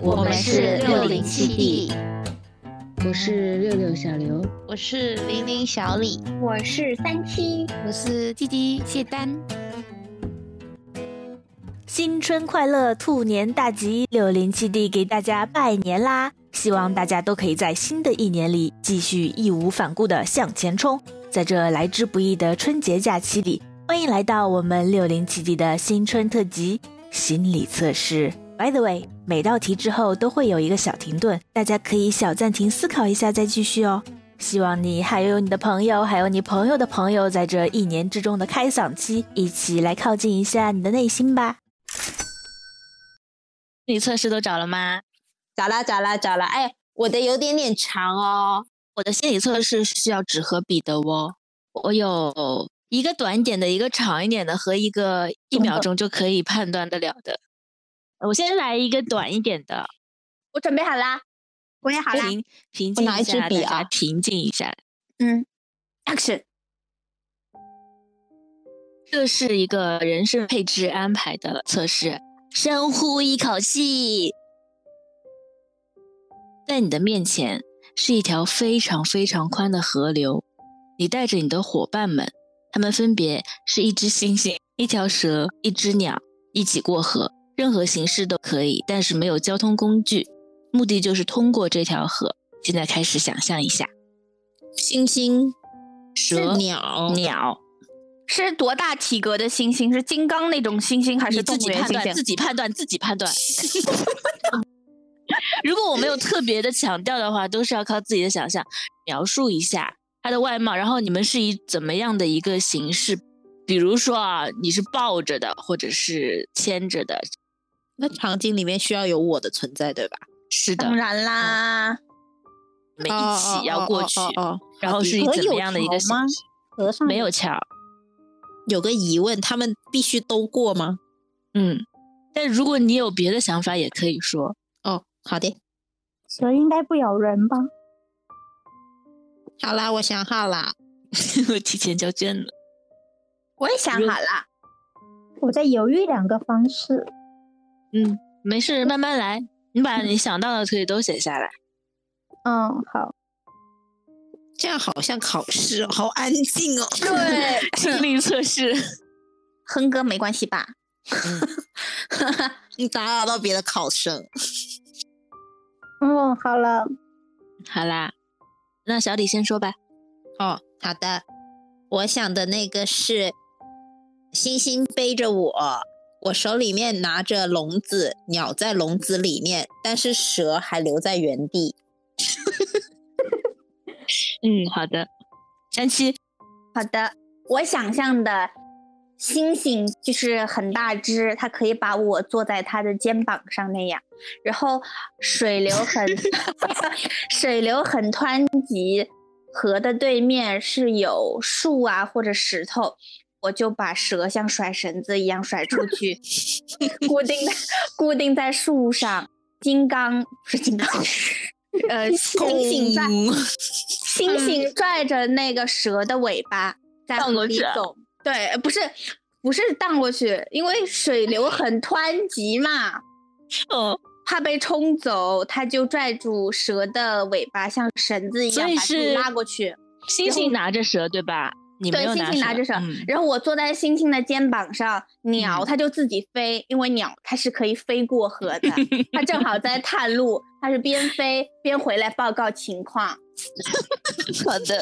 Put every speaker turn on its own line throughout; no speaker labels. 我们是六零七弟，
我是六六小刘，
我是零零小李，
我是三七，
我是弟弟谢丹。
新春快乐，兔年大吉！六零七弟给大家拜年啦！希望大家都可以在新的一年里继续义无反顾的向前冲。在这来之不易的春节假期里，欢迎来到我们六零七弟的新春特辑心理测试。By the way，每道题之后都会有一个小停顿，大家可以小暂停思考一下再继续哦。希望你还有你的朋友，还有你朋友的朋友，在这一年之中的开嗓期，一起来靠近一下你的内心吧。
你测试都找了吗？
找了，找了，找了。哎，我的有点点长哦。
我的心理测试是要纸和笔的哦。我有一个短一点的，一个长一点的，和一个一秒钟就可以判断得了的。我先来一个短一点的。
我准备好啦，
我也好啦。
平平静一下，
我拿一支笔啊
大家平静一下。
嗯，Action。
这是一个人生配置安排的测试。深呼一口气，在你的面前是一条非常非常宽的河流，你带着你的伙伴们，他们分别是一只猩猩、一条蛇、一只鸟，一起过河，任何形式都可以，但是没有交通工具，目的就是通过这条河。现在开始想象一下，
星星
蛇、
是鸟，
鸟，
是多大体格的猩猩？是金刚那种猩猩，还
你
是动
自
物
己
园
判
猩
断，自
猩？
己判断，自己 判断。如果我没有特别的强调的话，都是要靠自己的想象描述一下它的外貌，然后你们是以怎么样的一个形式，比如说啊，你是抱着的，或者是牵着的，
那场景里面需要有我的存在，对吧？
是的，
当然啦，
你们一起要过
嗯
去，
哦哦哦哦哦
然后是以
我
怎么
有
样的一个
条吗
形式？
和尚
没有桥，
有个疑问，他们必须都过吗？
嗯。但如果你有别的想法，也可以说。
哦，好的，
蛇应该不咬人吧？
好啦，我想好啦。
我提前交卷了。
我也想好了。
我在犹豫两个方式。
嗯，没事，慢慢来。你把你想到的可以都写下来。
嗯，好，
这样好像考试哦，好安静哦。
对，
心理测试，
哼歌没关系吧？
你打扰到别的考生。
嗯，好了，
好啦，那小李先说吧。
哦，好的。我想的那个是，星星背着我，我手里面拿着笼子，鸟在笼子里面，但是蛇还留在原地。
嗯，好的。三七，
好的，我想象的星星就是很大只，它可以把我坐在它的肩膀上那样，然后水流很 水流很湍急，河的对面是有树啊或者石头。我就把蛇像甩绳子一样甩出去， 固定在固定在树上。金刚不是金刚， 呃，猩猩在
嗯
猩猩拽着那个蛇的尾巴在
嗯荡
河
过
里
去啊
走，对，呃不是不是荡过去，因为水流很湍急嘛，
哦，
怕被冲走，他就拽住蛇的尾巴，像绳子一
所
样
以
把自己
是
拉过去。
星星拿着蛇对吧？你没
对，
有
猩猩拿着蛇，
嗯
然后我坐在猩猩的肩膀上，鸟
嗯
它就自己飞，因为鸟它是可以飞过河 的，它正好在探路，它是边飞边回来报告情况。
哦好的，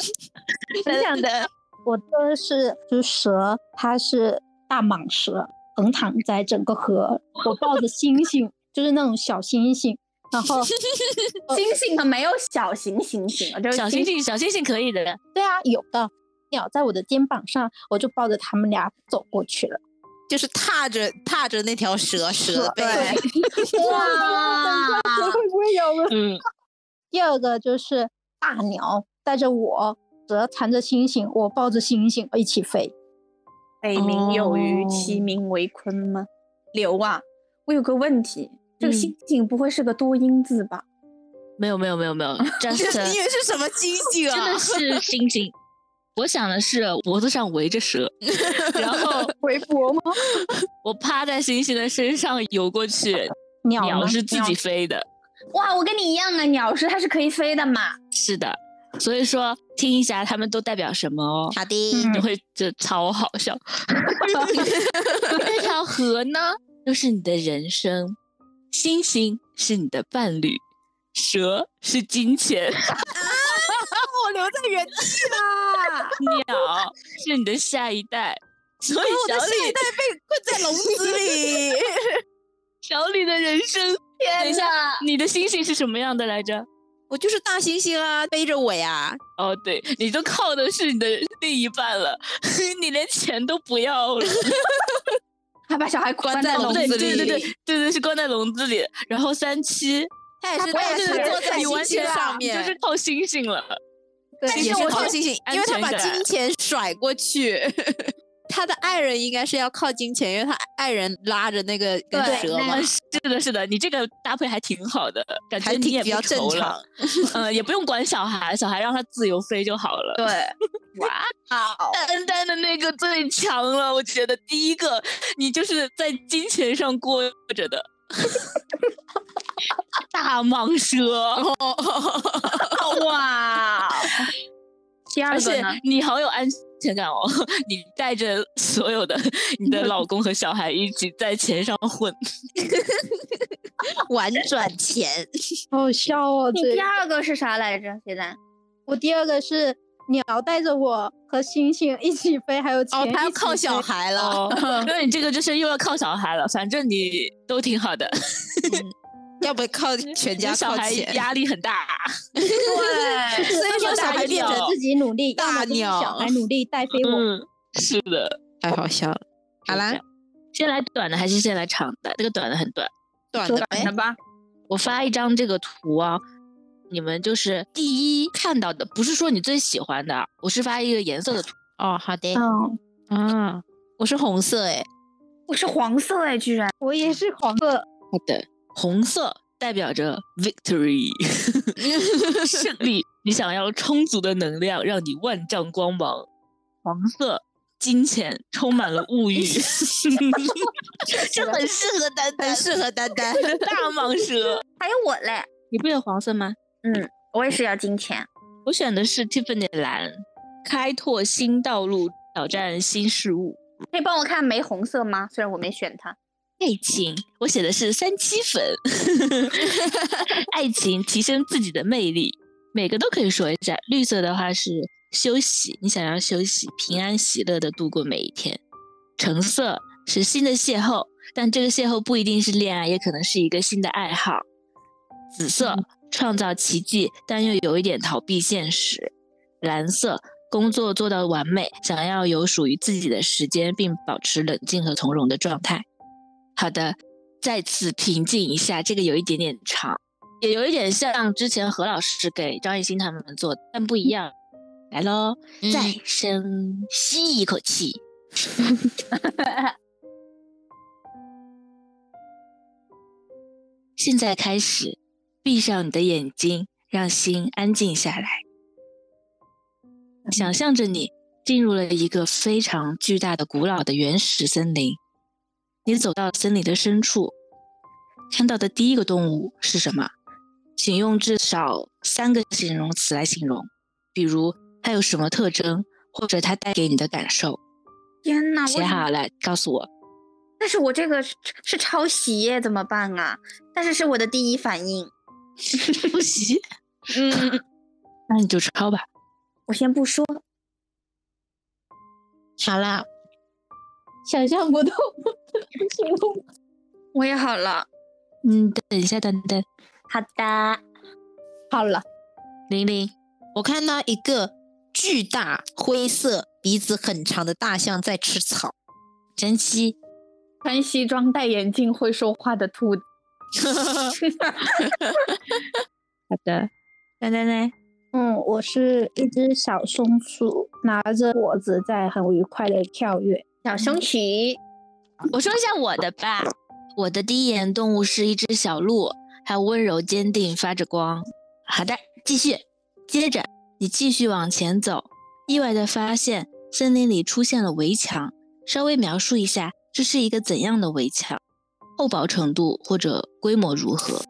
分享的
我的是就是蛇，它是大蟒蛇，横躺在整个河，我抱着星星，就是那种小星星，然 后
猩猩它没有小型猩猩啊，就是
小星星，小星星可以 的。
对啊，有的鸟在我的肩膀上，我就抱着它们俩走过去了。
就是踏着踏着那条蛇，蛇的背。
哇，
这会不会咬人？
嗯，
第二个就是大鸟带着我，蛇缠着星星，我抱着星星一起飞。
北冥有鱼，
哦
其名为鲲吗？刘啊，我有个问题，这个
嗯
猩猩不会是个多音字 吧？
没有没有没有没 有，just
这你以为是什么星星
真的
啊？
是星星。我想的是脖子上围着 蛇，然后
围脖吗？
我趴在星星的身上游过去，
鸟
鸟
呢
是自己飞的，
哇，我跟你一样啊，鸟是它是可以飞的嘛？
是的。所以说，听一下他们都代表什么哦，
好的，
嗯
就会就超好 笑。这条河呢，就是你的人生；星星是你的伴侣，蛇是金钱，
啊我留在原地啦， 啊
鸟是你的下一代。所以小李，
被困在笼子里。
小李的人生，等一
天
下
哪！
你的星星是什么样的来着？
我就是大猩猩啊，背着我呀！
哦，对，你都靠的是你的另一半了， 你连钱都不要了。
还把小孩关在
在
笼
笼
子
哦对
里，
对对对对对，是关在笼子里。然后三七，哦
他也是，
我
他
也
是
是
坐在
你
猩
完全
猩上
你
面，
就是靠星星了。
对
但
也
是
是
我
靠
靠星星，
安
因为他把
全感
金钱甩过去。 他的爱人应该是要靠金钱，因为他爱人拉着那个跟
对
蛇
那
嘛
个，
是的，是的，你这个搭配还挺好的，感觉
还
你
挺
也
比
不
较正
愁了
常。。
嗯，也不用管小孩，小孩让他自由飞就好了。
对，哇，哦好，
丹丹的那个最强了，我觉得第一个你就是在金钱上过着的 大蟒蛇，
哇，哦第二
而
个
且
呢？
你好有安全感哦， 你带着所有的你的老公和小孩一起在钱上混，
玩转 钱，
好笑哦，
你
这
第二个是啥来着？谢 丹，
我第二个是鸟带着我和星星一起飞，还有钱
哦，他要
一起
靠小
飞
孩了。
哦， 那你这个就是又要靠小孩了，反正你都挺好的，
要不靠全
你的
家
小
靠
孩
钱，
压力 很大。
对，
所以说
要么
小
大
孩变
鸟
成
自己努力，要
大
么就是小
鸟
孩努力带飞我。
嗯，是的。
太好笑了。好啦，，
先来短的还是先来长的？这个短的很短。
短的呗，
吧，
我发一张这个图啊，你们就是第一看到的，不是说你最喜欢的，我是发一个颜色的图。
哦，好的
嗯，
啊，我是红色哎，
我是黄色哎，居然
我也是黄色，
好的，红色代表着 victory 胜利，你想要充足的能量，让你万丈光芒。黄色金钱充满了物欲， 这很适合丹丹
很，适合丹丹。
大蟒蛇。
还有我嘞，
你不也黄色吗？
我也是要金钱，
我选的是 Tiffany 蓝，开拓新道路，挑战新事物。
可以帮我看玫红色吗？虽然我没选它，
爱情，我写的是三七粉。 爱情提升自己的魅力，每个都可以说一下。绿色的话是休息，你想要休息，平安喜乐的度过每一天。橙色是新的邂逅，但这个邂逅不一定是恋爱，也可能是一个新的爱好。紫色创造奇迹，但又有一点逃避现实。蓝色工作做到完美，想要有属于自己的时间，并保持冷静和从容的状态。好的，再次平静一下，这个有一点点长，也有一点像之前何老师给张艺兴他们做的，但不一样。来喽，再深吸一口气，现在开始，闭上你的眼睛，让心安静下来。想象着你进入了一个非常巨大的、古老的原始森林。你走到森林的深处，看到的第一个动物是什么？请用至少三个形容词来形容，比如它有什么特征，或者它带给你的感受。
天哪，
写
啊我
好了，告诉我。
但是我这个是是抄袭耶，怎么办啊？但是是我的第一反应，
不行，
嗯，
那你就抄吧。
我先不说，
好啦，
想象不到，行动不
我也好了，
嗯，等一下，等等，
好的，
好了，
玲玲，
我看到一个巨大灰色、鼻子很长的大象在吃草。
晨曦，
穿西装戴眼镜会说话的兔子，
好的，丹丹呢？
嗯，我是一只小松鼠，拿着果子在很愉快的跳跃。
小松鼠，
我说一下我的吧。我的第一眼动物是一只小鹿，它温柔坚定，发着光。好的，继续。接着你继续往前走，意外的发现森林里出现了围墙。稍微描述一下，这是一个怎样的围墙？厚薄程度或者规模如何？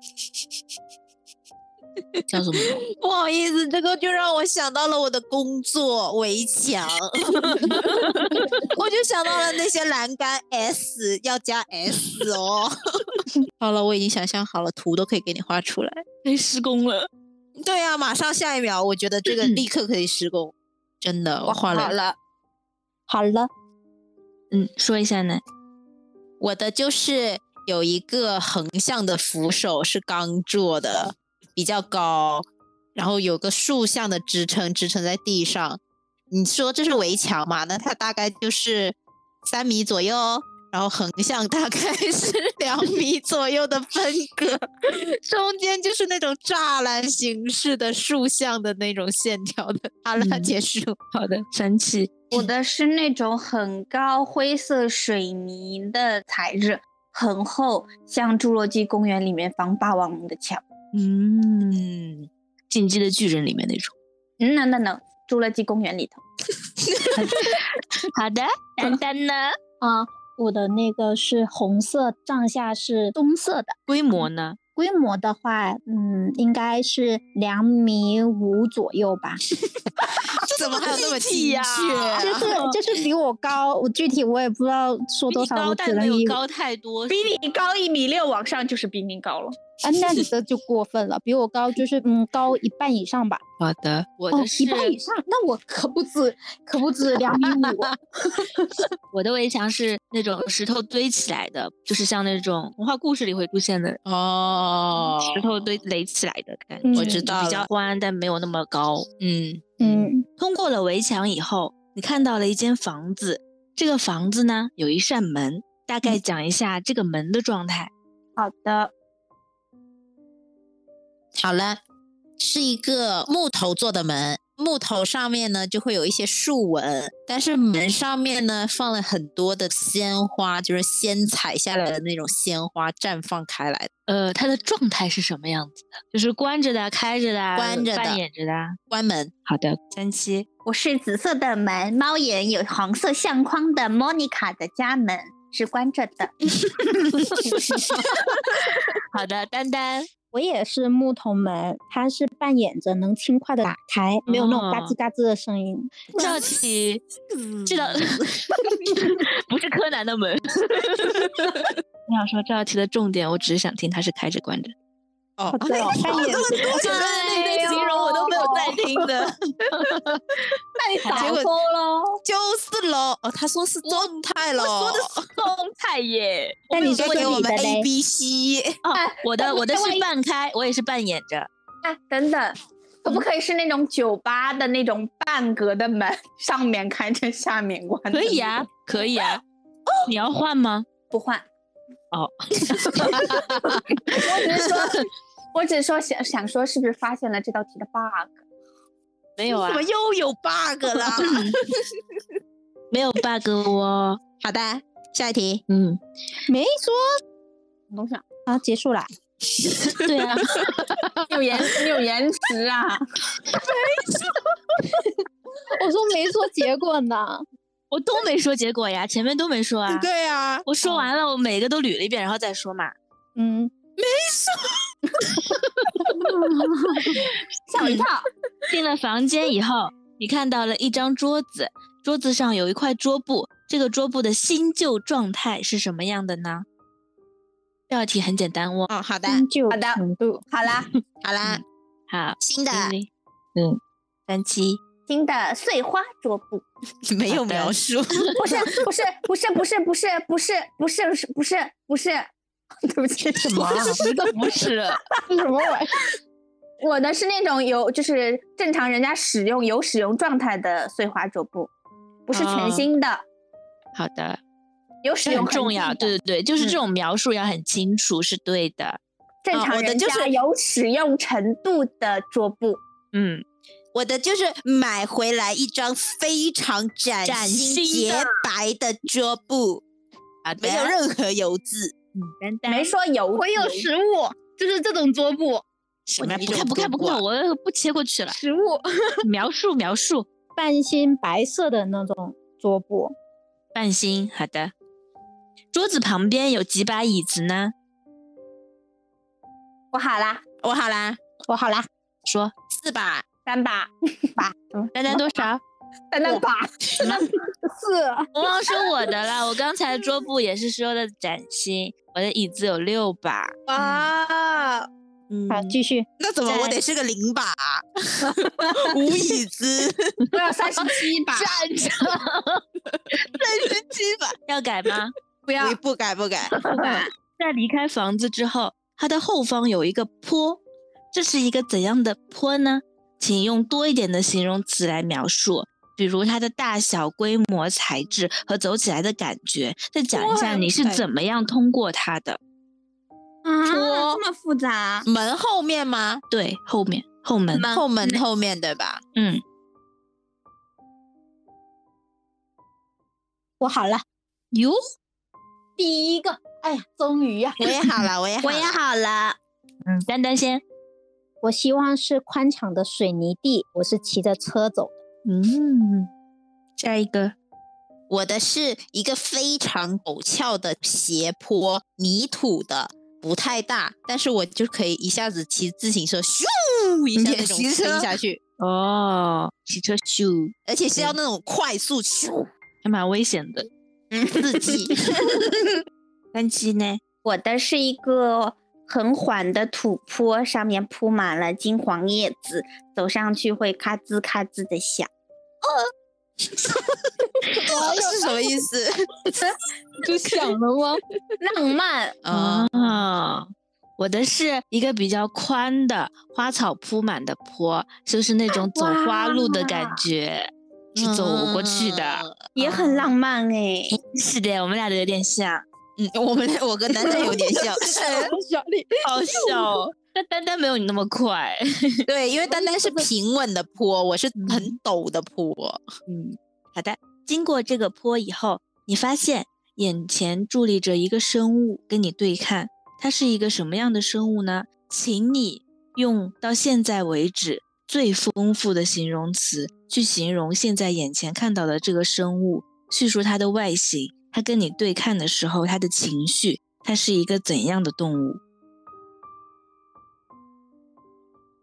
叫什么？
不好意思，这个就让我想到了我的工作围墙， 我就想到了那些栏杆 S 要加 S 哦。 好了，我已经想象好了，图都可以给你画出来。
哎，施工了。
对啊，马上下一秒，我觉得这个立刻可以施工，嗯真的，我画
好
了。
了，
好了，
嗯，说一下呢。
我的就是有一个横向的扶手是钢做的，比较高，然后有个竖向的支撑，支撑在地上。你说这是围墙嘛？那它大概就是三米左右，然后横向大概是 两米左右的分隔，中间就是那种栅栏形式的竖向的那种线条的。好了，
嗯
结束。
好的，三七。
我的是那种很高灰色水泥的材质，很厚，像《侏罗纪公园》里面防霸王龙的墙。
嗯，
嗯，
进击的巨人里面那种。
嗯，那那那，《侏罗纪公园》里头，
好的，丹丹呢？
啊，我的那个是红色，上下是棕色的。
规模呢？
规模的话，嗯，应该是两米五左右吧。
啊这怎么还有那么
具
精
体
确
呀
啊？
就是就是比我高，我具体我也不知道说
比
多
你
少，
高，
我只
但
能
没
以
有高太多。
比你高一米六往上就是比你高了。
啊，那你 的就过分了，比我高就是嗯高一半以上吧。
好的，我
哦
的，是
一半以上，那我可不止可不止两米五。啊
我的围墙是那种石头堆起来的，就是像那种童话故事里会出现的
哦，
石头堆垒起来的感觉。
我知
就
道
比较
了
宽，但没有那么高。
嗯
嗯
通过了围墙以后，你看到了一间房子，这个房子呢有一扇门，大
嗯
概讲一下这个门的状态。
好的，
好了，是一个木头做的门，木头上面呢就会有一些竖纹，但是门上面呢放了很多的鲜花，就是先采下来的那种鲜花绽放开来，
呃，它的状态是什么样子的？就是关着的、开着的、
关着的
扮演着的。
关门。
好的，三七。
我是紫色的门，猫眼有黄色相框的莫妮卡的家门是关着的。
好的，丹丹。
我也是木头门，它是扮演着能轻快的打开，没有那种嘎
哦
吱嘎吱的声音。
赵琪，知 道不是柯南的门。我想说赵琪的重点，我只是想听他是开着关着。
哦，
对哦，扮演着
刚刚那
哎
堆形容我都没有在听 的。
那你
结果
喽？
就是喽。哦，他说是状态喽。
松菜耶！
那你
说
说
给我
你
们 A
的嘞？
B C，
哦，我的我的
那万
是
一
半开，我也是扮演着。
哎，等等，可不可以是那种酒吧的那种半格的门，上面开着，下面关？
可以啊，，可以啊。你要换吗？
不换。
哦，
我只是说，我只是说想想说，是不是发现了这道题的 bug？啊
没有啊
怎么，又有 bug 了？
没有 bug 哦。
好的，下一题。
嗯，
没说
什么东西啊？
啊，结束了。
对啊，
你有延，你有延迟啊！
我说没说结果呢。
我都没说结果呀，前面都没说啊。
对 啊，
我说完了，我每个都捋了一遍，然后再说嘛。
嗯，
吓我一跳。
进了房间以后，你看到了一张桌子，桌子上有一块桌布，这个桌布的新旧状态是什么样的呢？这道题很简单哦。
哦，好的，
新旧
好的
程度。
好啦，
好啦，
好，
新的
因为嗯，三七
新的碎花桌布，
没有
好的
描述。
不是不是不是不是不是不是不是不是不是不是，对不起，什么？
真的不 是，
是什么玩意儿？
我的是那种有，就是正常人家使用有使用状态的碎花桌布，不是
啊
全新的，
好的，
有使
这
用
很
痕
重
迹
要，
的
对对对，就是这
嗯
种描述要很清楚，是对的。
正
啊我
常
的
人
就
家
是
有使用程度的桌布，
嗯，
我的就是买回来一张非常崭
崭
新
新
洁
的
白的桌布，
好的，
没有任何油渍。
丹丹
没说有，我有
实物，就是这种桌布，
什么呀？
一
不
种
看不看
桌
不
布啊
看，我不切过去了。
实物。
描述描述，
半新白色的那种桌布。
半心，好的。桌子旁边有几把椅子呢？
我好啦，
我好啦，
我好啦，
说
四把，
三把，
丹丹多少？
三三把，
四
我忘说我的了，我刚才桌布也是说的崭新，我的椅子有六把。
哇，
嗯，
好继续，
那怎么我得是个零把，无椅子，
我要三十七把，
站着，
三十七把，
要改吗？
不要
你不改不改，
不敢。
在离开房子之后，它的后方有一个坡，这是一个怎样的坡呢？请用多一点的形容词来描述，比如它的大小、规模、材质和走起来的感觉。再讲一下你是怎么样通过它的。
啊，
说
这么复杂，
门后面吗？
对，后面后门，
后门后面对 吧？
嗯，
我好了，
哟，
第一个，哎呀，终于呀、
我也好了，我也好
我也
了
好了，
嗯，丹丹先，
我希望是宽敞的水泥地，我是骑着车走的。
嗯，下一个，
我的是一个非常陡峭的斜坡，泥土的，不太大，但是我就可以一下子骑自行车，咻一下
你
那种
骑
飞
车
下去，
哦，骑车咻，
而且
嗯
是要那种快速咻，嗯
还蛮危险的。
刺 激。
单机呢？
我的是一个很缓的土坡，上面铺满了金黄叶子，走上去会咔吱咔吱的响。
哦
是什么意 思？
就想了 吗？
浪漫，
啊、
啊，我的是一个比较宽的花草铺满的坡，就是那种走花路的感觉，是走过去
嗯
的。
也很浪漫哎、
是的，我们俩的有点像，
嗯，我们我跟楠楠有点 像，
啊
小丽，
好笑哦。 但丹丹没有你那么快，
对，因为丹丹 是平稳的坡，我是很陡的坡。
嗯，好的。经过这个坡以后，你发现眼前伫立着一个生物跟你对看，它是一个什么样的生物呢？请你用到现在为止最丰富的形容词去形容现在眼前看到的这个生物，叙述它的外形，它跟你对看的时候它的情绪，它是一个怎样的动物？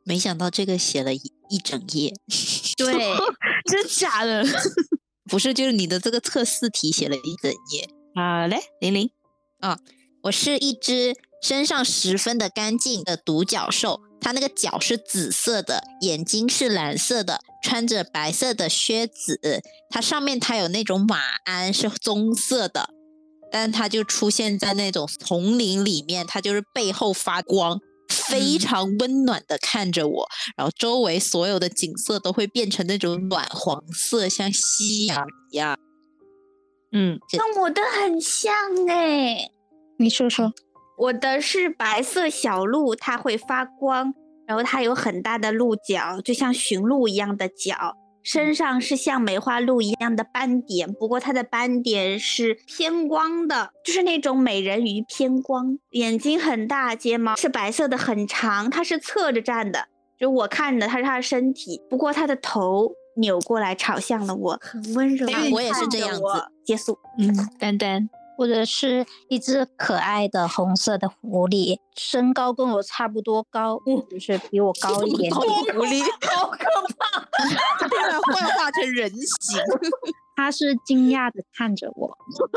没想到这个写了一一整页，
对，
真假的？
不是，就是你的这个测试题写了一整页。
好嘞，玲玲，
我是一只身上十分的干净的独角兽，它那个角是紫色的，眼睛是蓝色的，穿着白色的靴子，它上面它有那种马鞍是棕色的，但它就出现在那种丛林里面，它就是背后发光。非常温暖的看着我，然后周围所有的景色都会变成那种暖黄色，像夕阳一样。
嗯，
跟我的很像哎、
你说说，
我的是白色小鹿，它会发光，然后它有很大的鹿角，就像驯鹿一样的角，身上是像梅花鹿一样的斑点，不过它的斑点是偏光的，就是那种美人鱼偏光。眼睛很大，睫毛是白色的，很长，它是侧着站的，就我看的它是它的身体，不过它的头扭过来朝向了我，很温柔地
哎
看着我。
我也是这样子
结束。
嗯，丹丹，
或者是一只可爱的红色的狐狸，身高跟我差不多高，就是比我高一点点。
狐狸，好可 怕！突然啊幻化成人形，
它是惊讶的看着我，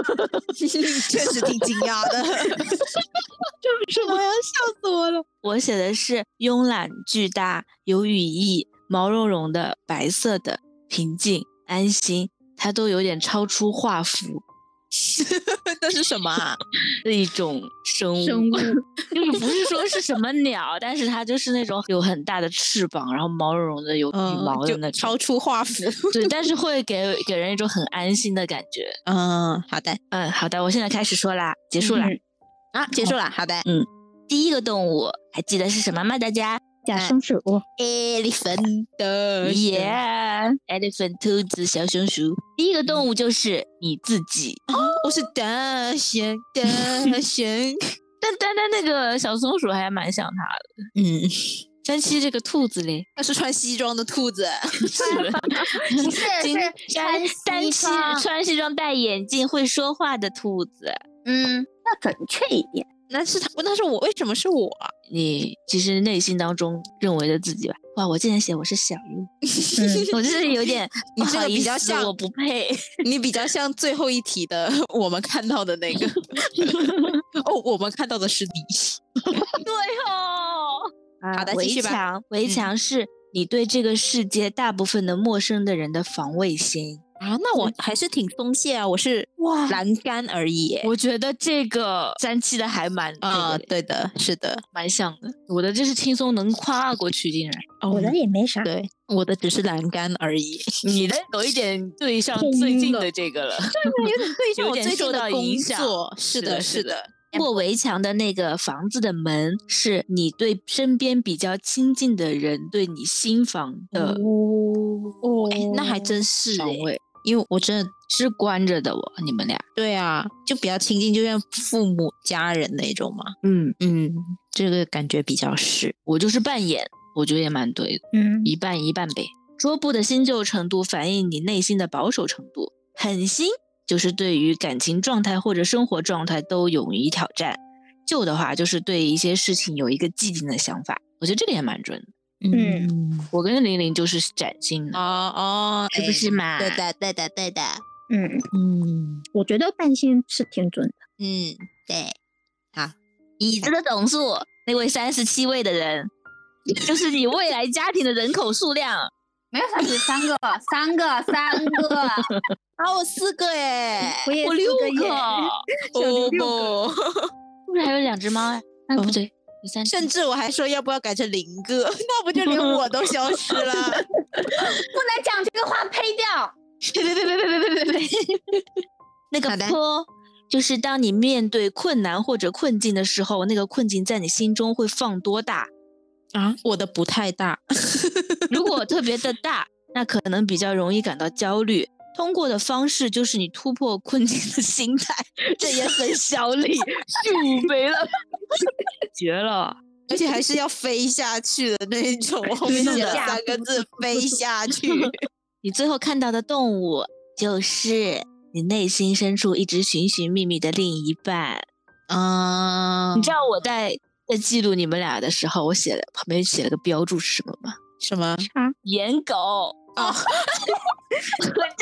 确实挺惊讶 的。
我写的是慵懒、巨大、有羽翼、毛茸茸的白色的、平静、安心，它都有点超出画幅
那是什么、啊？
的一种生物，
生物
嗯
就是不是说是什么鸟，但是它就是那种有很大的翅膀，然后毛茸茸的有羽毛的
嗯就
那种，
超出画 幅。
对，但是会给给人一种很安心的感觉。
嗯，好的
嗯，好的，我现在开始说啦，结束啦。
嗯
啊，结束了。好的
第一个动物还记得是什么吗？大家？
假松鼠，
，elephant，
耶、yeah,，elephant 兔子小松鼠，第一个动物就是你自己。
我是大仙，大 仙。
但丹丹那个小松鼠还蛮像它的。
嗯，
山西这个兔子 嘞，
那是穿西装的兔子。
不是是
今
穿
山
西
山西
装
穿西装戴眼镜会说话的兔子，
嗯，要准确一点。
那是他，那是我，为什么是我？
你其实内心当中认为的自己吧，哇，我竟然写我是小 鹿，
嗯
我就是有点
你
不
这
好
个
意
比较
思，
像
我不配。
你比较像最后一题的我们看到的 那个。哦，我们看到的是你。
哦
好的
围
继续吧嗯
墙，围墙是你对这个世界大部分的陌生的人的防卫心。嗯
啊，那我还是挺松懈啊，我是
哇
栏杆而已。
我觉得这个三七的还蛮
啊、
那个的
对的，是的，
蛮像的。我的就是轻松能跨过去，竟然
我的也没啥，
对，我的只是栏杆而 已。
你的有一点对上
碰
最
晕
近
了
的这个了。
有点对
有点受到影响
是
是的
的，
是
是
的
的，
过围墙的那个房子的门，是你对身边比较亲近的人对你心房的
哦
哎，那还真是
防
哎，
卫，
因为我真的
是关着的我。你们俩，
对啊，就比较亲近，就像父母、家人那种嘛。
嗯，
嗯，这个感觉比较是。
我就是扮演，我觉得也蛮对的，
嗯，
一半一半呗。桌布的新旧程度反映你内心的保守程度，狠心就是对于感情状态或者生活状态都勇于挑战，旧的话就是对一些事情有一个既定的想法。我觉得这个也蛮准的。
嗯，
我跟玲玲就是崭新
哦
的，
哦，
是不
哎
是嘛？
对的，对的，对的。
嗯，
嗯
我觉得半心是挺准的。
嗯，对。
椅子的总数，那位三十七位的人，就是你未来家庭的人口数量。
没有三十三个，三个，三个，
啊，我四个哎，
我也
我
是
六
个
个，
耶，
哦不，
是不是还有两只猫呀？啊，不对，有三只。
甚至我还说要不要改成零个， 那不就连我都消失 了？
不能讲这个话，呸掉。
别别别别别别别别别！那
好
个
的
坡，就是当你面对困难或者困境的时候，那个困境在你心中会放多大？
啊，我的不太大，
如果特别的大，那可能比较容易感到焦虑。通过的方式就是你突破困境的心态，这也很小李，就没了，绝了。
而且还是要飞下去的那一种，后面写了三个字“飞下 去
你最后看到的动物，就是你内心深处一直寻寻觅觅的另一半。”。
啊
你知道我在在记录你们俩的时候，我写了旁边写了个标注是什么吗？
什么？
颜狗
哦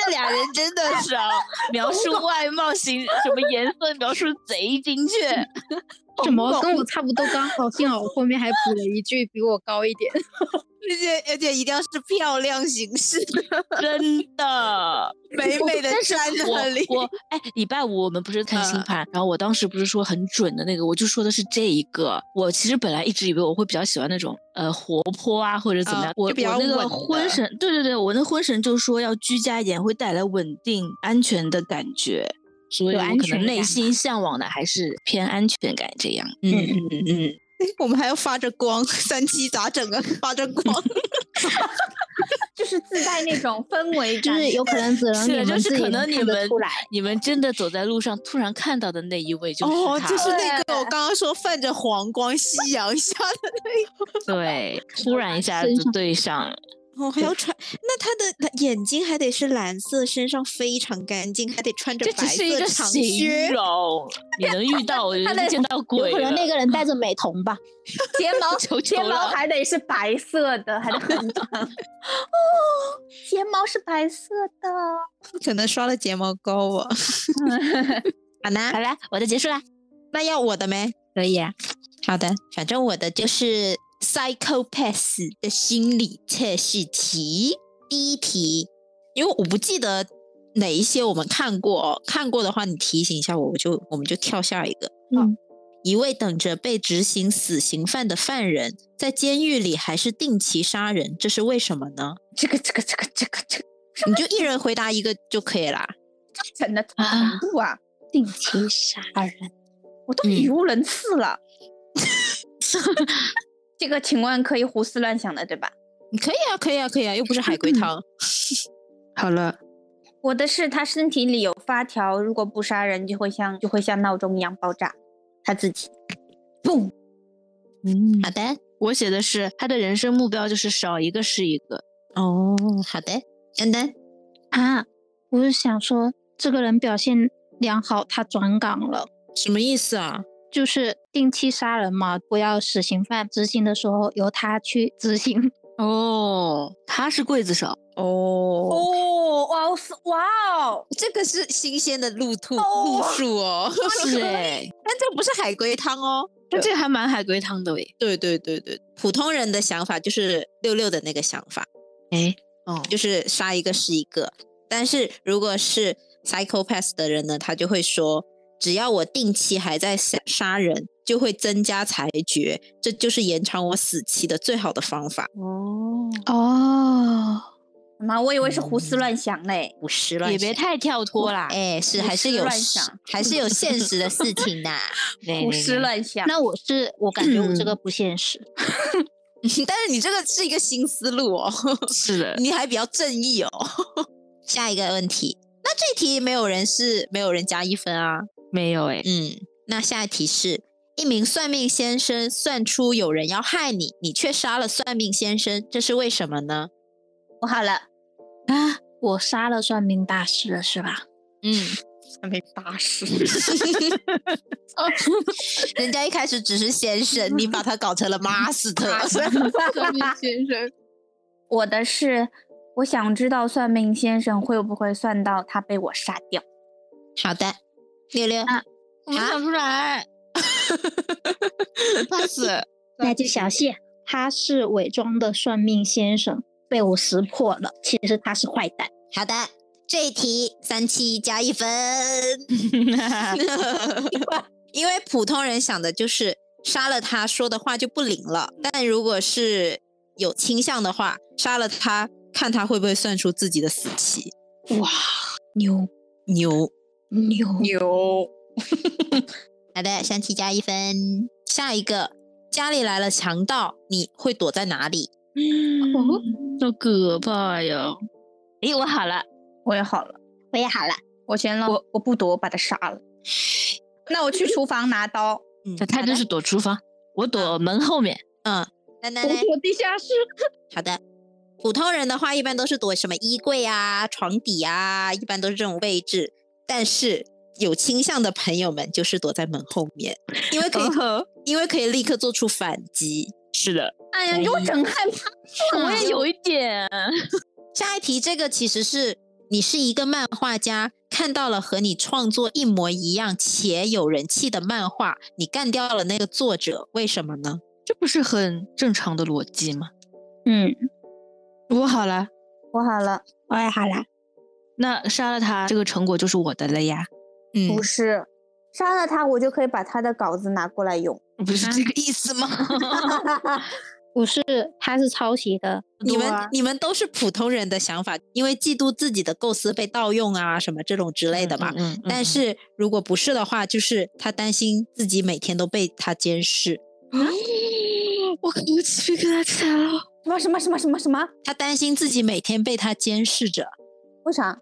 这俩人真的是啊，描述外貌型什么颜色描述贼精确。
哦
怎么跟我差不多刚好？幸好我后面还补了一句比我高 一点。
而且而且一定要是漂亮形式，
真的
美美的站在那里。
我我哎，礼拜五我们不是看星
嗯
盘，然后我当时不是说很准的那个，我就说的是这一个。我其实本来一直以为我会比较喜欢那种呃活泼啊或者怎么
啊
样，
就
我
比较
我那个
稳
婚
的
神，对对对，我那婚神就说要居家一点，会带来稳定安全的感觉。所以
有
我
安
可能
全
内
感
心向往的还是偏安全感这样。
嗯嗯嗯，我们还要发着光，三七咋整啊？发着光，
就是自带那种氛围
就
感，
是有可能只能
是的，
你
就
们
是
自己
可能你
看得
们
出来，
你们真的走在路上突然看到的那一位就是
哦，
他
就
了
是那个我刚刚说泛着黄光夕阳下的，
对，突然一下
身
子
上
对上了，
哦，还要穿，那他的他眼睛还得是蓝色，身上非常干净，还得穿着
这只
白
是一
色
个
长
形
靴。
容。你能遇到，我
他
就
的
见到
有
鬼
可能那
了。
个人 戴着美瞳吧。
睫毛
求
睫
求
毛
了，
还得是白色的，还得很长。哦，睫毛是白色的，
可能刷了睫毛膏啊吧。 好啦，
好啦，我的结束啦。
那要我的没？可以啊。好的，反正我的就是 psychopath 的心理测试题，第一题，因为我不记得哪一些我们看过哦，看过的话你提醒一下我，我就我们就跳下一个。
嗯，
一位等着被执行死刑犯的犯人，在监狱里还是定期杀人，这是为什么呢？
这个这个这个这个这个
你就一人回答一个就可以啦。
真的程
啊
度啊，
定期杀人，
我都语无伦次了。这个请问可以胡思乱想的对吧？
你可以啊，可以啊，可以啊，又不是海龟
嗯
汤。好了，
我的是他身体里有发条，如果不杀人就会像就会像闹钟一样爆炸，他自己。嘣！
嗯
好，的。
我写的是他的人生目标就是少一个是一个。
哦，好的，丹丹，
啊！我是想说，这个人表现良好，他转岗了，
什么意思啊？
就是定期杀人嘛，不要死刑犯执行的时候由他去执行。
哦，他是刽子手哦，
哦，哇哦，哇哦，
这个是新鲜的路兔
哦
路数 哦，
是哎、
但这不是海龟汤哦。
那这个还蛮海龟汤的喂。
对对对对，普通人的想法就是六六的那个想法，
哎，哦，
就是杀一个是一个。但是如果是 psychopath 的人呢，他就会说，只要我定期还在杀杀人，就会增加裁决，这就是延长我死期的最好的方法。
哦，
哦，
妈，我以为是胡思乱想嘞。
五十了，
也别太跳脱啦。
哎，是
胡
还是
思
有
乱
实
想
还是有现实的事情 的。
对
胡
对
思
对
乱想，
那我是我感觉我
嗯
这个不现实。
但是你这个是一个新思路哦，
是 的，
你还比较正义哦。 下一个问题，那这题没有人是没有人加一分啊。
没有哎、
嗯，那下一题是一名算命先生算出有人要害你，你却杀了算命先生，这是为什么呢？
我好了，
啊，我杀了算命大师了是吧？
嗯，
还没八十，
人家一开始只是先生，你把他搞成了 master。
算命先生，
我的是，我想知道算命先生会不会算到他被我杀掉。
好的，六六，
我没想出来， 怕 死。
那就小谢，他是伪装的算命先生，被我识破了，其实他是坏蛋。
好的，这一题三七加一分，因为普通人想的就是杀了他说的话就不灵了，但如果是有倾向的话，杀了他看他会不会算出自己的死期。
哇，牛
牛，
牛
牛，
好的，三七加一分。下一个，家里来了强盗，你会躲在哪里？
哦，好可怕呀！ 哎，我好了，
我也好了，
我也好了，
我选了，我我不躲，我把他杀了。那我去厨房拿刀，
嗯
那他就是躲厨房，啊我躲门后面。
嗯，丹丹
我
嘞，
躲地下室。
好的。普通人的话，一般都是躲什么衣柜啊、床底啊，一般都是这种位置。但是有倾向的朋友们，就是躲在门后面，因为可以，因为可以立刻做出反击。
哦是的，
哎呀，给我整害怕。
我也有一点。
下一题，这个其实是你是一个漫画家，看到了和你创作一模一样且有人气的漫画，你干掉了那个作者，为什么呢？
这不是很正常的逻辑吗？
嗯，
我好了，
我好了，
我也好了。
那杀了他，这个成果就是我的了呀。
嗯
不是，杀了他，我就可以把他的稿子拿过来 用。
不是这个意思吗？
不是，他是抄袭的。
你们、
对啊
你们都是普通人的想法，因为嫉妒自己的构思被盗用啊，什么这种之类 的吧。
嗯，嗯
但是如果不是的话，就是他担心自己每天都被他监视，
我我去跟他起来了。
什么什么什么什么什么？
他担心自己每天被他监视着，
为啥？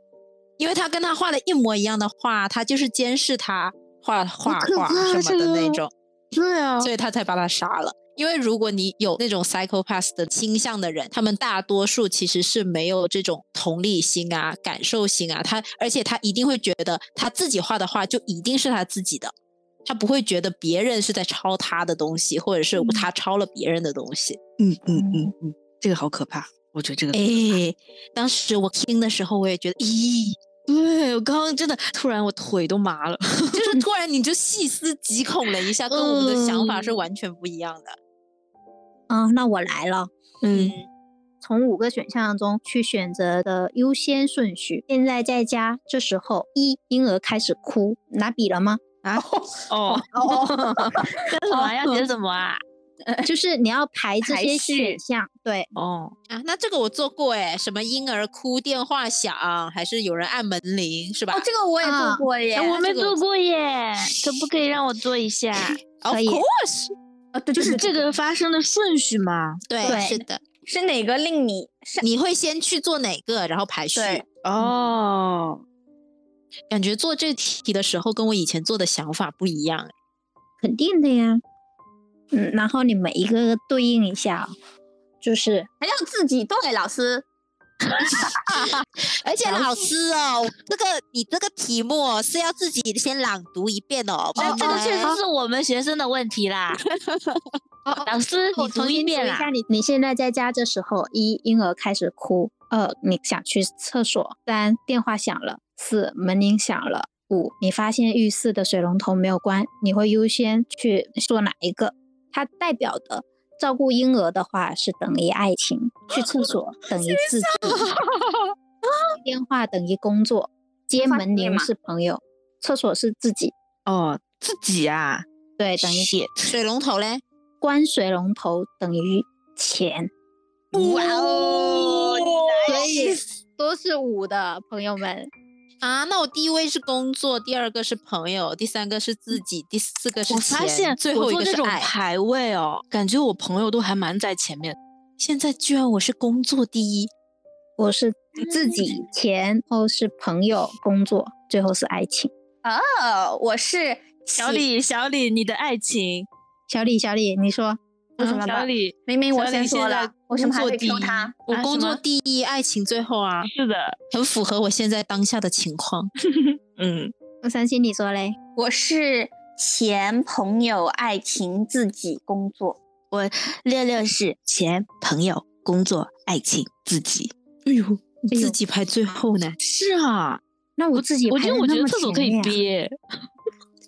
因为他跟他画的一模一样的画，他就是监视他画画
可
画
怕啊
什
这
么的那
个
种，
对啊，
所以他才把他杀了。因为如果你有那种 psychopath 的倾向的人，他们大多数其实是没有这种同理心啊、感受心啊，他而且他一定会觉得他自己画的画就一定是他自己的，他不会觉得别人是在抄他的东西，或者是他抄了别人的东西。
嗯嗯嗯嗯，这个好可怕，我觉得这个。
哎，当时我听的时候，我也觉得，咦，
对我刚刚真的突然我腿都麻了。
就是突然你就细思极恐了一下，跟我们的想法是
嗯
完全不一样的。
嗯，那我来了。
嗯，
从五个选项中去选择的优先顺序。现在在家，这时候一婴儿开始哭，拿笔了吗？
啊
哦，干什么呀？你是怎么啊？
就是你要 排这
呃排
些
序
选项，对，
哦，
啊，那这个我做过哎，什么婴儿哭、电话响，还是有人按门铃，是吧
哦，这个我也做
啊
过耶。
哎我没做过耶，可不可以让我做一 下？
？Of
可以
course，嗯
啊，对，
就
对
是
对
这个发生的顺序吗？
对，
对
是的，
是哪个令你是？
你会先去做哪个，然后排序。
对
哦，
感觉做这题的时候跟我以前做的想法不一样。
肯定的呀。嗯，然后你每一个对应一下哦，就是
还要自己对老师。
而且老师哦，这个你这个题目哦是要自己先朗读一遍哦。
那这个确实是我们学生的问题 啦。老师，
哦
你
我重
读一
新
遍
读一
啦
下。你你现在在家这时候：一、婴儿开始哭；二、你想去厕所；三、电话响了；四、门铃响了；五、你发现浴室的水龙头没有关，你会优先去做哪一个？它代表的照顾婴儿的话是等于爱情，去厕 所等于自己，接电话等于工作，接
发
门
现
铃
嘛
是朋友，厕所是自己，
哦，自己啊，
对，等于
写
水龙头嘞？
关水龙头等于钱。
哇哦！
所以都是五的朋友们，
啊，那我第一位是工作，第二个是朋友，第三个是自己，第四个是
我
钱
发现
最
我
后一
做
个
这
是
种
爱。
排位哦，感觉我朋友都还蛮在前面。现在居然我是工作第一，
我是自己钱，后是朋友、工作，最后是爱情。
哦，我是
小李，小李，你的爱情，嗯
小李，小李，你说
为什么
小
吧？
李，
明明我
小李
先说
现在
了，为什么还
工作
会
第一
说他？
我
啊
工
什
作
么
第一，爱情最后啊，
是的，
很符合我现在当下的情况。
嗯，
三星，你说嘞？
我是钱、朋友、爱情、自己、工作。
六六是钱、朋友、工作、爱情、自己。哎呦，
哎
你
呦
自己排最后呢，
是啊，
那我自己
我
排
觉得
得
我
那
觉得
么
厕所可
前
以
面啊
憋，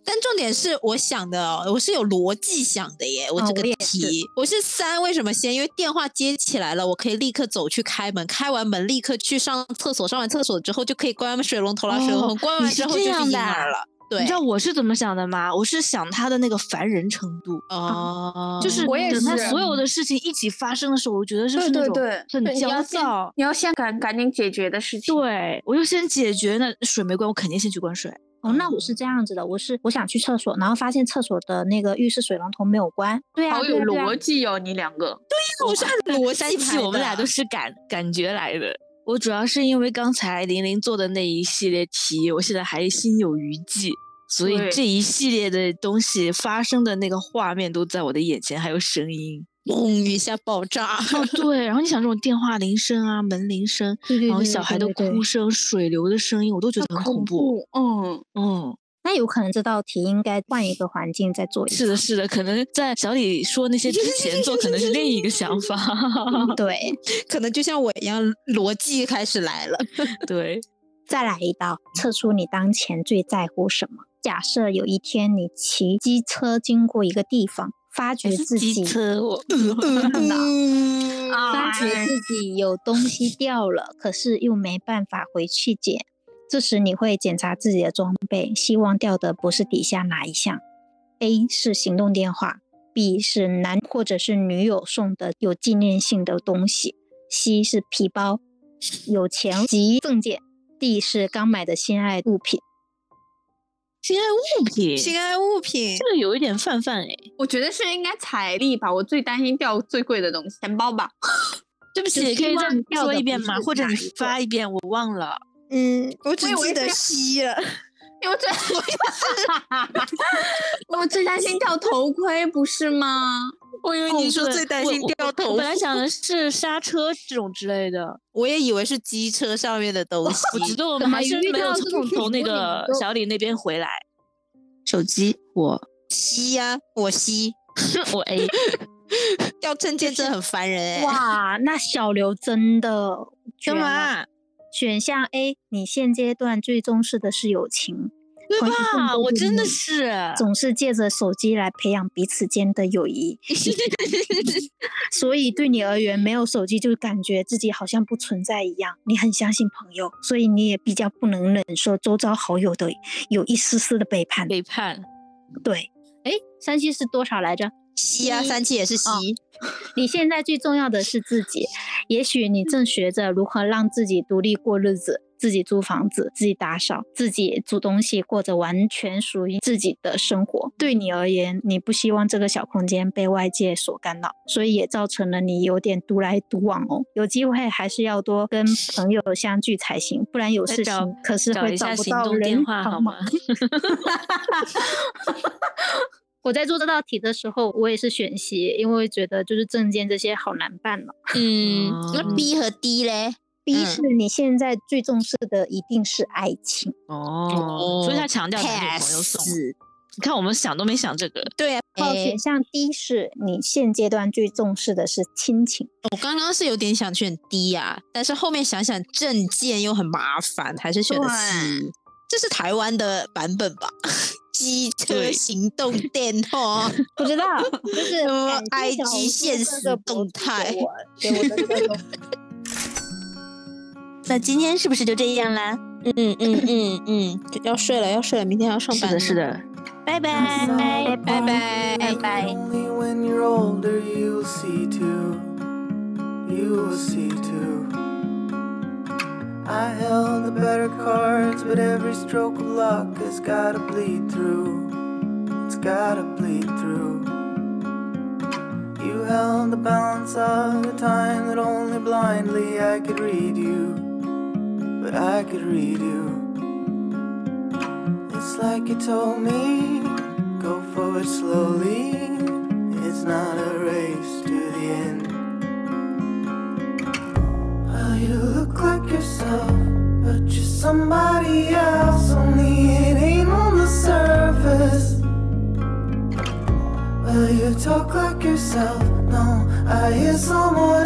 但重点是我想的哦，我是有逻辑想的耶。我
啊
这个
我也是
题，我是三，为什么先？因为电话接起来了，我可以立刻走去开门，开完门立刻去上厕所，上完厕所之后就可以关水龙头了，水龙头
哦
关
你
完
是
之后
这
就是婴
样的啊
儿了。对
你知，道我是怎么想的吗？我是想他的那个烦人程度，
哦，
就是
我也
等他
是
所有的事情一起发生的时候，我觉得就
对
是那
对
种
对，
很
对你
焦
要先
躁。
你要先赶赶紧解决的事情。
对，我就先解决那水没关，我肯定先去关水。
哦，那我是这样子的，我是我想去厕所，然后发现厕所的那个浴室水龙头没有关。对啊，
好
对
有
啊对啊
逻辑哦，你两个。
我是按 逻
三
辑
期
排
我们
的
俩都是感感觉来的。我主要是因为刚才玲玲做的那一系列题，我现在还心有余悸，所以
对
这一系列的东西发生的那个画面都在我的眼前，还有声音。
嘣一下爆炸。
哦，对，然后你想这种电话铃声啊、门铃声，
对对
然后
对，
小孩的
对对
哭声、水流的声音，我都觉得很恐怖。
怖，嗯，
嗯，
那有可能这道题应该换一个环境再做一
是
次。
的，是的，可能在小李说那些之前做，可能是另一个想法。
对，
可能就像我一样，逻辑开始来了。
对，
再来一道，测出你当前最在乎什么。假设有一天你骑机车经过一个地方，发觉自己
机车我。
嗯
啊
啊
发
哎
觉自己有东西掉了，可是又没办法回去捡。这时你会检查自己的装备，希望掉的不是底下哪一项。A 是行动电话，B 是男或者是女友送的有纪念性的东西，C 是皮包，有钱及证件，D 是刚买的心爱物品。
心爱物品，
心爱物品
这，个有一点泛泛哎。
我觉得是应该彩礼吧，我最担心掉最贵的东西，钱包吧。
对不起，
就
可以
希
再
望掉
说
的
一
不
遍吗？
是
或者
哪
你
一个
发一遍，我忘了。
嗯，我
我
只
以为
记得
是
吸了。
因为 最 我我最担心掉头盔，不是吗？
我以为
哦
你说
对
最担
我
心
我
掉
我
头
本来
发
想的是刹车这种之类 的，
我也以为是机车上面的东西。
我觉得我
怎
们
么
还是
遇
没有
到这
从
种
从那
题目你
个
就
小李那边回来。手机，我
吸呀、我吸。
我哎 A，
掉证件真的很烦人哎、
哇，那小刘真的绝
干
了
嘛？
选项 A，你现阶段最重视的是友情，
对
朋友更
吧？
多
啊我
于
真的
你
是，
总是借着手机来培养彼此间的友谊，所以对你而言，没有手机就感觉自己好像不存在一样。你很相信朋友，所以你也比较不能忍受周遭好友的有一丝丝的背叛。
背叛。
对，哎，山西是多少来着？
吸哦呀、三七也是吸。
你现在最重要的是自己，也许你正学着如何让自己独立过日子，自己租房子，自己打扫，自己煮东西，过着完全属于自己的生活。对你而言，你不希望这个小空间被外界所干扰，所以也造成了你有点独来独往哦。有机会还是要多跟朋友相聚才行，不然有
再
事情
找
可是
找
会
一
找
下
不
行
到
动
人
电话好
帮
吗
忙。？我在做这道题的时候，我也是选 C，因为觉得就是证件这些好难办哦。
嗯，
哦
那 B 和 D 嘞？
一是你现在最重视的一定是爱情，
哦，所以他强调男女朋友送。你看，我们想都没想这个。
对，
然后
哎
选项 D 是你现阶段最重视的是亲情。
我刚刚是有点想选 D 呀、但是后面想想证件又很麻烦，还是选了 C。这是台湾的版本 吧？机车
对
行动哦电 话，
不知道，就是
呃
感谢
IG
小红书
现
各
实
个博
动
主
态
给我给我的各种
那今天是不是就这样啦？
嗯嗯嗯嗯，要睡了，要睡了，明天要上
是
班。
的，是，的。
拜拜。
拜拜，
拜拜。
Only when you're older you'll see too. You will see too. I held the better cards, but every stroke of luck has gotta bleed through. It's gotta bleed through. You held the balance of the time that only blindly I could read you. But I could read you. It's like you told me Go forward slowly, it's not a race to the end. Well, you look like yourself, but you're somebody else, only it ain't on the surface. Well, you talk like yourself, no, I hear someone